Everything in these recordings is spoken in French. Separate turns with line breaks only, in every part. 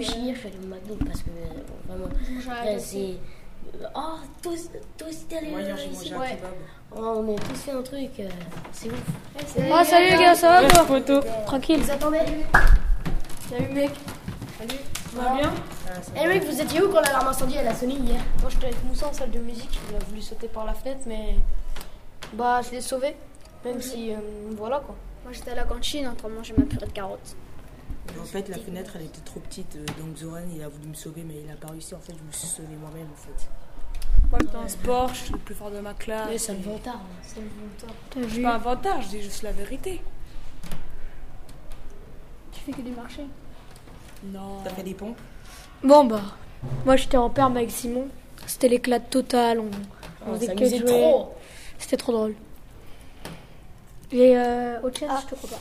J'ai fait le McDo parce que euh, vraiment, là, c'est.
euh,
Oh, tous, tous t'es allés
Moi,
là,
hier, j'ai
ici.
mangé un
Ouais.
kebab.
Oh, on est tous fait un truc, euh, c'est ouf.
Oh
Ah,
salut les gars, ça va toi Tranquille.
Vous attendez Salut mec.
Ah, ça
Eh mec, vous étiez où quand l'alarme incendie elle a sonné hier Moi j'étais avec Moussa en salle de musique, il a voulu sauter par la fenêtre mais bah je l'ai sauvé. Même si euh, voilà quoi.
Moi j'étais à la cantine en train de manger ma purée de carottes.
va. En fait, la fenêtre, elle était trop petite, euh, donc Zoran, il a voulu me sauver, mais il a pas réussi. En fait, je me suis sauvé moi-même, en fait.
Moi, j'étais en sport, je suis le plus fort de ma
Mais
Ah,
classe.
ça me va tard. hein.
C'est le bon temps.
T'as
C'est
vu
pas un vantage, je dis juste la vérité.
Tu fais que du marché.
Non.
T'as fait des pompes
Bon bah, moi j'étais en perme avec Simon. C'était l'éclat total, on, on
On
faisait que
s'amusait
jouer.
Ah, trop.
C'était trop drôle. Et euh, au
Ah.
chat, je te crois pas.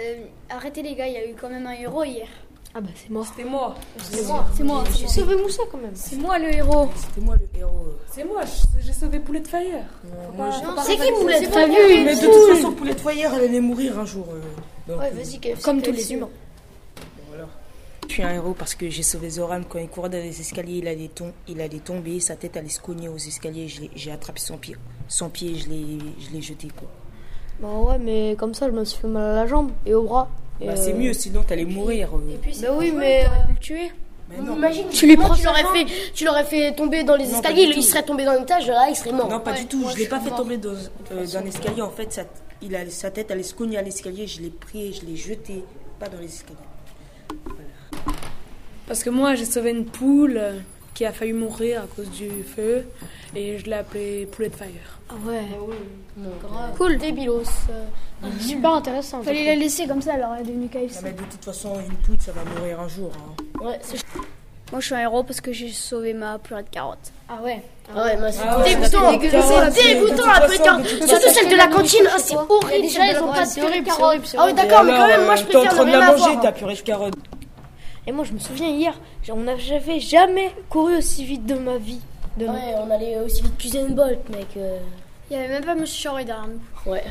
Euh, arrêtez les gars, il y a eu quand même un héros hier.
Ah bah c'est mort.
C'était moi.
C'est moi.
C'est moi, c'est
J'ai
moi.
sauvé Moussa quand même.
C'est moi le héros.
C'était moi le héros.
C'est moi, je- j'ai sauvé Poulet de Fire.
Non,
Faut
moi,
pas-
je-
faut pas
C'est qui
rivaliser.
vous l'êtes
T'as vu
Mais
une
de toute
foule
façon, poulet de foyère, elle allait mourir un jour. euh, donc,
Ouais,
euh,
vas-y KFC.
Comme tous les humains.
voilà. Je suis un héros parce que j'ai sauvé Zoran quand il courait dans les escaliers, il allait, tom- il allait tomber, sa tête allait se cogner aux escaliers, je l'ai- j'ai attrapé son pied, son pied et je l'ai je l'ai jeté quoi.
Bah ouais, mais comme ça je me suis fait mal à la jambe et au bras. Et,
Bah, c'est
euh,
mieux, sinon t'allais mourir. euh.
Bah oui, mais
Tué.
Mais
on
non.
imagine
Tu lui
comment
prends
tu
sa
l'aurais
jambe
fait, tu l'aurais fait tomber dans les
Non, pas
escaliers,
du
il
tout.
serait tombé dans l'étage, là ah, il serait mort.
Non, pas du tout.
moi,
je l'ai
je
pas
suis
fait
mort.
tomber dans, euh, d'un escalier. En fait, sa, il a, sa tête allait se cogner à l'escalier. Je l'ai pris et je l'ai jeté. Pas dans les escaliers.
Parce que moi, j'ai sauvé une poule euh, qui a failli mourir à cause du feu et je l'ai appelée Poulet de Fire.
Ah ouais. Cool. Débilos. euh,
Ah,
Super intéressant.
Fallait la laisser comme ça, elle aurait devenu
Non,
KFC.
mais de toute façon, une poule, ça va mourir un jour. hein.
Ouais, c'est-
Moi je suis un héros parce que j'ai sauvé ma purée de carottes.
Ah ouais.
ah ouais, moi, c'est
Ah ouais,
dégoûtant,
c'est dégueulasse,
c'est
mais de
dégoûtant
toute
la
façon,
purée de carottes.
de toute
Surtout
façon,
celle de
c'est
la
la
cantine,
nourriture
ah,
chez
c'est
toi. Il y a
horrible,
des
déjà
gens
ils ont
de la
pas de
droite,
purée de
c'est
carottes.
horrible, c'est
Ah ouais,
horrible.
d'accord, mais quand
Alors,
même, moi je
t'es en
préfère
train
ne
de
rien
la manger,
avoir.
ta purée de carottes.
Et moi, je me souviens hier, genre, on n'a- j'avais jamais couru aussi vite de ma vie. De ma-
Ouais, on allait aussi vite qu'Usain Bolt, mec. euh,
Il y avait même pas Monsieur Choré derrière nous.
Ouais.